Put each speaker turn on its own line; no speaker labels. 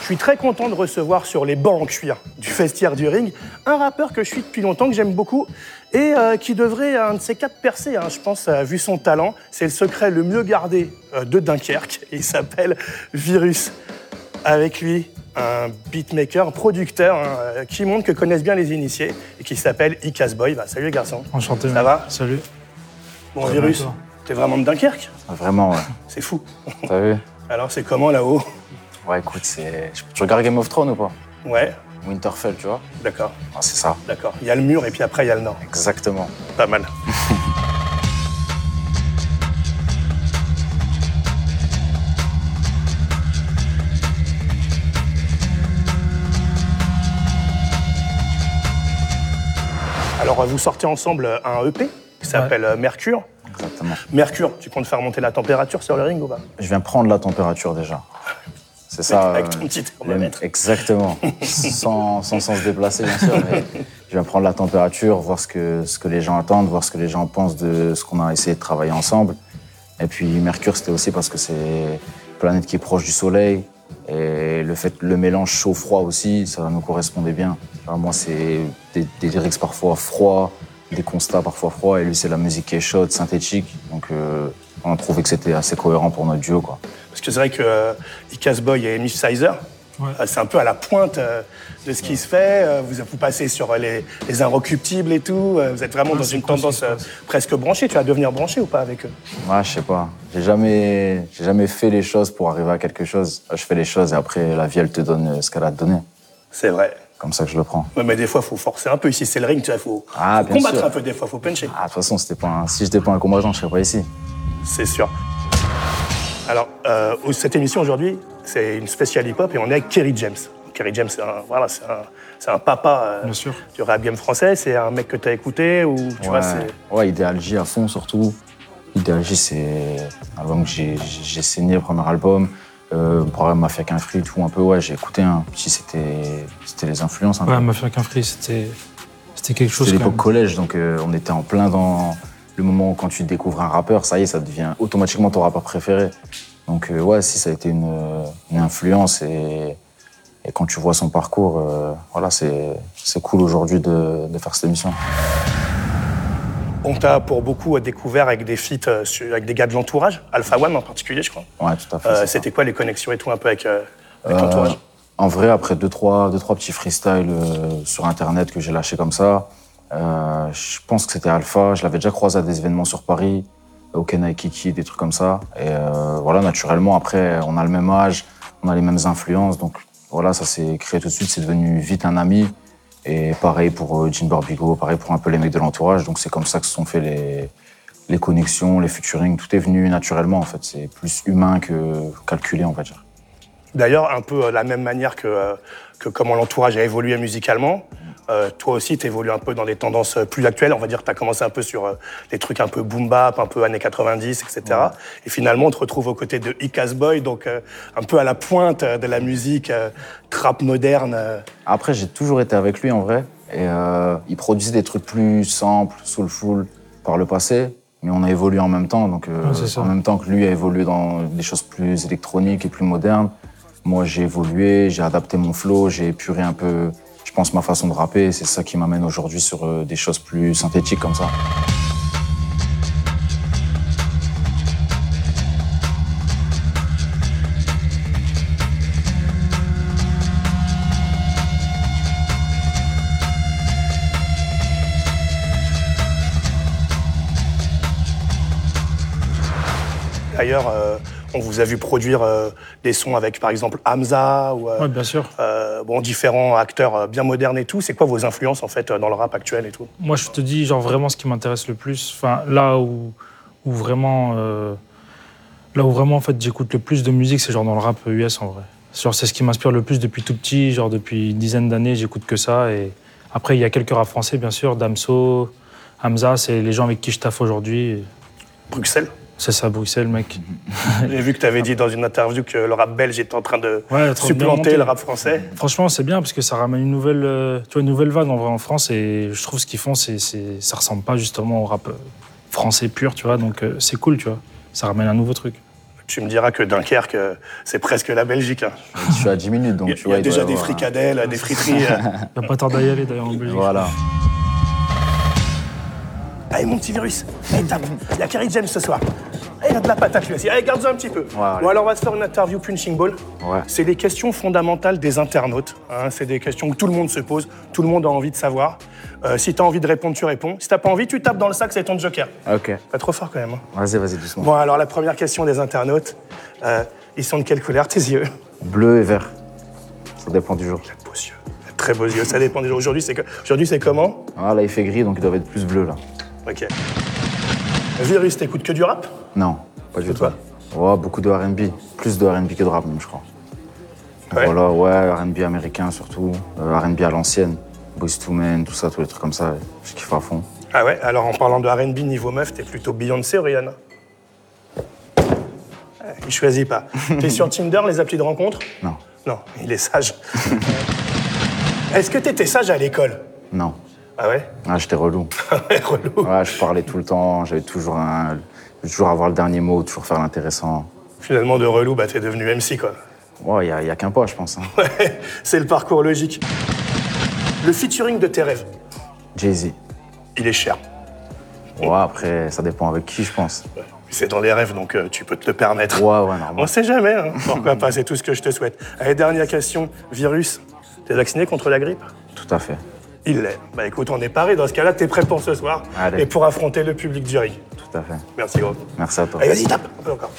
Je suis très content de recevoir sur les bancs en cuir du Festiaire du Ring un rappeur que je suis depuis longtemps, que j'aime beaucoup et euh, qui devrait, un de ces quatre, percer, hein, je pense, euh, vu son talent. C'est le secret le mieux gardé euh, de Dunkerque. Il s'appelle Virus. Avec lui, un beatmaker, un producteur hein, euh, qui montre que connaissent bien les initiés et qui s'appelle Icas Boy. Bah, salut les garçons.
Enchanté.
Ça
mec.
va
Salut.
Bon, Virus,
toi
t'es vraiment de Dunkerque
Ah, Vraiment, ouais.
C'est fou.
T'as vu
Alors, c'est comment là-haut
Ouais, écoute, c'est. Tu regardes Game of Thrones ou pas
Ouais,
Winterfell, tu vois
d'accord,
Ah, C'est ça,
d'accord. Il y a le mur et puis après, il y a le nord.
exactement.
Pas mal. Alors, euh, vous sortez ensemble euh, un EP qui s'appelle euh, Mercure.
Exactement.
Mercure, tu comptes faire monter la température sur le ring ou pas
Je viens prendre la température déjà. C'est ça.
Avec
euh,
ton petit
le-
thermomètre.
Exactement. sans, sans, sans se déplacer, bien sûr. Mais je viens prendre la température, voir ce que, ce que les gens attendent, voir ce que les gens pensent de ce qu'on a essayé de travailler ensemble. Et puis Mercure, c'était aussi parce que c'est une planète qui est proche du Soleil. Et le fait, le mélange chaud-froid aussi, ça nous correspondait bien. Genre, moi, c'est des, des lyrics parfois froids, des constats parfois froids. Et lui, c'est la musique qui est chaude, synthétique. Donc, euh, on trouvait que c'était assez cohérent pour notre duo, quoi.
Parce que c'est vrai que euh, Icas Boy et Miff Sizer,
Ouais.
euh, c'est un peu à la pointe euh, de ce qui se fait. Euh, vous, vous passez sur euh, les, les inrecuptibles et tout. Euh, vous êtes vraiment dans
c'est
une
quoi,
tendance
c'est quoi,
euh, presque branchée. Tu vas devenir branché ou pas avec eux
Ouais, je sais pas. J'ai jamais, j'ai jamais fait les choses pour arriver à quelque chose. Euh, Je fais les choses et après, la vie, elle te donne euh, ce qu'elle a te donné.
C'est vrai.
Comme ça que je le prends.
Ouais, mais des fois, faut forcer un peu. Ici, c'est le ring, tu vois, faut,
Ah,
faut
bien
combattre
sûr.
un peu. Des fois, faut puncher.
Ah, de toute façon, c'était pas un- si j'étais pas un combattant, je serais pas ici.
C'est sûr. Alors, euh, cette émission aujourd'hui, c'est une spéciale hip-hop et on est avec Kerry James. Kerry James, c'est un, voilà, c'est un, c'est un papa euh,
Bien sûr.
du rap game français. C'est un mec que tu as écouté ou tu vois, c'est.
ouais, ouais, Idéal J à fond, surtout. Idéal J, c'est un album que j'ai- j'ai j'ai saigné, premier album. Euh, problème Mafia qu'un fruit, tout un peu. Ouais, j'ai écouté un petit, c'était, c'était les influences. un peu.
Ouais, Mafia qu'un free, c'était c'était quelque chose.
C'était
quand
l'époque
même.
collège, donc euh, on était en plein dans le moment où quand tu découvres un rappeur, ça y est, ça devient automatiquement ton rappeur préféré. Donc euh, ouais, si ça a été une, euh, une influence et, et quand tu vois son parcours, euh, voilà, c'est c'est cool aujourd'hui de, de faire cette émission.
On t'a pour beaucoup euh, découvert avec des feats euh, sur- avec des gars de l'entourage, Alpha One en particulier, je crois.
Ouais, tout à fait.
Euh,
c'est ça.
C'était quoi les connexions et tout un peu avec, euh, avec
Euh,
l'entourage
En vrai, après deux trois, deux, trois petits freestyles euh, sur Internet que j'ai lâchés comme ça, euh, je pense que c'était Alpha. Je l'avais déjà croisé à des événements sur Paris, euh, au Kenai Kiki, des trucs comme ça. Et euh, voilà, naturellement, après, on a le même âge, on a les mêmes influences. Donc voilà, ça s'est créé tout de suite. C'est devenu vite un ami. Et pareil pour euh, Jim Barbigo, pareil pour un peu les mecs de l'entourage. Donc c'est comme ça que se sont fait les, les connexions, les featuring. Tout est venu naturellement, en fait. C'est plus humain que calculé, on va dire.
D'ailleurs, un peu euh, la même manière que, euh, que comment l'entourage a évolué musicalement. euh, toi aussi, tu évolues un peu dans des tendances euh, plus actuelles. On va dire que tu as commencé un peu sur euh, des trucs un peu boom bap, un peu années 90, etc. Et finalement, on te retrouve aux côtés de Icas Boy, donc euh, un peu à la pointe euh, de la musique euh, trap moderne. euh.
Après, j'ai toujours été avec lui en vrai. Et euh, il produisait des trucs plus simples, soulful par le passé. Mais on a évolué en même temps. Donc, euh,
Ouais, c'est ça.
en même temps que lui a évolué dans des choses plus électroniques et plus modernes, moi j'ai évolué, j'ai adapté mon flow, j'ai épuré un peu, je pense, ma façon de rapper. C'est ça qui m'amène aujourd'hui sur euh, des choses plus synthétiques comme ça.
D'ailleurs, euh, on vous a vu produire euh, des sons avec, par exemple, Hamza ou euh,
Ouais, bien sûr.
euh, bon, différents acteurs euh, bien modernes et tout. C'est quoi vos influences, en fait, euh, dans le rap actuel et tout
Moi, je te dis, genre, vraiment, ce qui m'intéresse le plus, enfin, là où, où vraiment, euh, là où vraiment, en fait, j'écoute le plus de musique, c'est genre dans le rap US, en vrai. Genre, c'est ce qui m'inspire le plus depuis tout petit, genre, depuis une dizaine d'années, j'écoute que ça. Et après, il y a quelques rap français, bien sûr, Damso, Hamza, c'est les gens avec qui je taffe aujourd'hui. Et
Bruxelles
C'est ça, Bruxelles, mec.
J'ai vu que tu avais dit dans une interview que le rap belge était en train de
Ouais, trop bien
supplanter
monté.
le rap français.
Franchement, c'est bien parce que ça ramène une nouvelle, euh, tu vois, une nouvelle vague en vrai en France et je trouve ce qu'ils font, c'est, c'est, ça ressemble pas justement au rap euh, français pur, tu vois. Donc euh, c'est cool, tu vois. Ça ramène un nouveau truc.
Tu me diras que Dunkerque, euh, c'est presque la Belgique. hein.
Je suis à 10 minutes, donc
Il y a,
tu
il y a
vois. il doit y
déjà des
avoir un-
fricadelles, des friteries. euh.
Il n'y a pas tard d'y aller d'ailleurs en Belgique.
Voilà.
Allez, mon petit virus, allez, tape. Il y a Kerry James ce soir. Allez, Il a de la patate lui aussi. Allez, garde-en un petit peu.
allez.
Bon, alors, on va se faire une interview punching ball.
Ouais.
C'est des questions fondamentales des internautes. hein. C'est des questions que tout le monde se pose, tout le monde a envie de savoir. Euh, si t'as envie de répondre, tu réponds. Si t'as pas envie, tu tapes dans le sac, c'est ton joker.
Ok.
Pas trop fort quand même. hein.
Vas-y, vas-y, doucement.
Bon, alors la première question des internautes, euh, ils sont de quelle couleur tes yeux
Bleu et vert. Ça dépend du jour.
Beaux yeux. Très beaux yeux, ça dépend des jours. Aujourd'hui, c'est que- aujourd'hui, c'est comment
Ah, là, il fait gris, donc ils doivent être plus bleus, là.
Ok. Virus, t'écoutes que du rap
Non, pas du
C'est
tout.
toi.
Ouais, beaucoup de RB. Plus de RB que de rap, même, je crois.
Ouais.
Voilà, ouais, RB américain surtout. euh, RB à l'ancienne. Boys to Men, tout ça, tous les trucs comme ça. ouais. Je kiffe à fond.
Ah ouais, alors en parlant de RB niveau meuf, t'es plutôt Beyoncé ou Rihanna Ouais, Il choisit pas. T'es sur Tinder, les applis de rencontre
Non,
Non, il est sage. Est-ce que t'étais sage à l'école
non.
Ah ouais
Ah, j'étais relou.
Relou.
Ouais, je parlais tout le temps. J'avais toujours un. Toujours avoir le dernier mot, toujours faire l'intéressant.
Finalement, de relou, bah t'es devenu MC quoi.
Ouais, il a, y a qu'un pas, je pense. hein.
Ouais, c'est le parcours logique. Le featuring de tes rêves,
Jay-Z.
il est cher.
Ouais, après, ça dépend avec qui, je pense.
Ouais, C'est dans les rêves, donc euh, tu peux te le permettre.
Ouais, ouais,
On
normal.
sait jamais, hein. pourquoi pas, c'est tout ce que je te souhaite. Allez, dernière question, virus, t'es vacciné contre la grippe
Tout à fait.
Il l'est. Bah écoute, on est paré, dans ce cas-là, t'es prêt pour ce soir
Allez.
et pour affronter le public du ring.
Tout à fait.
Merci gros.
Merci à toi.
Allez, vas-y, tape Encore.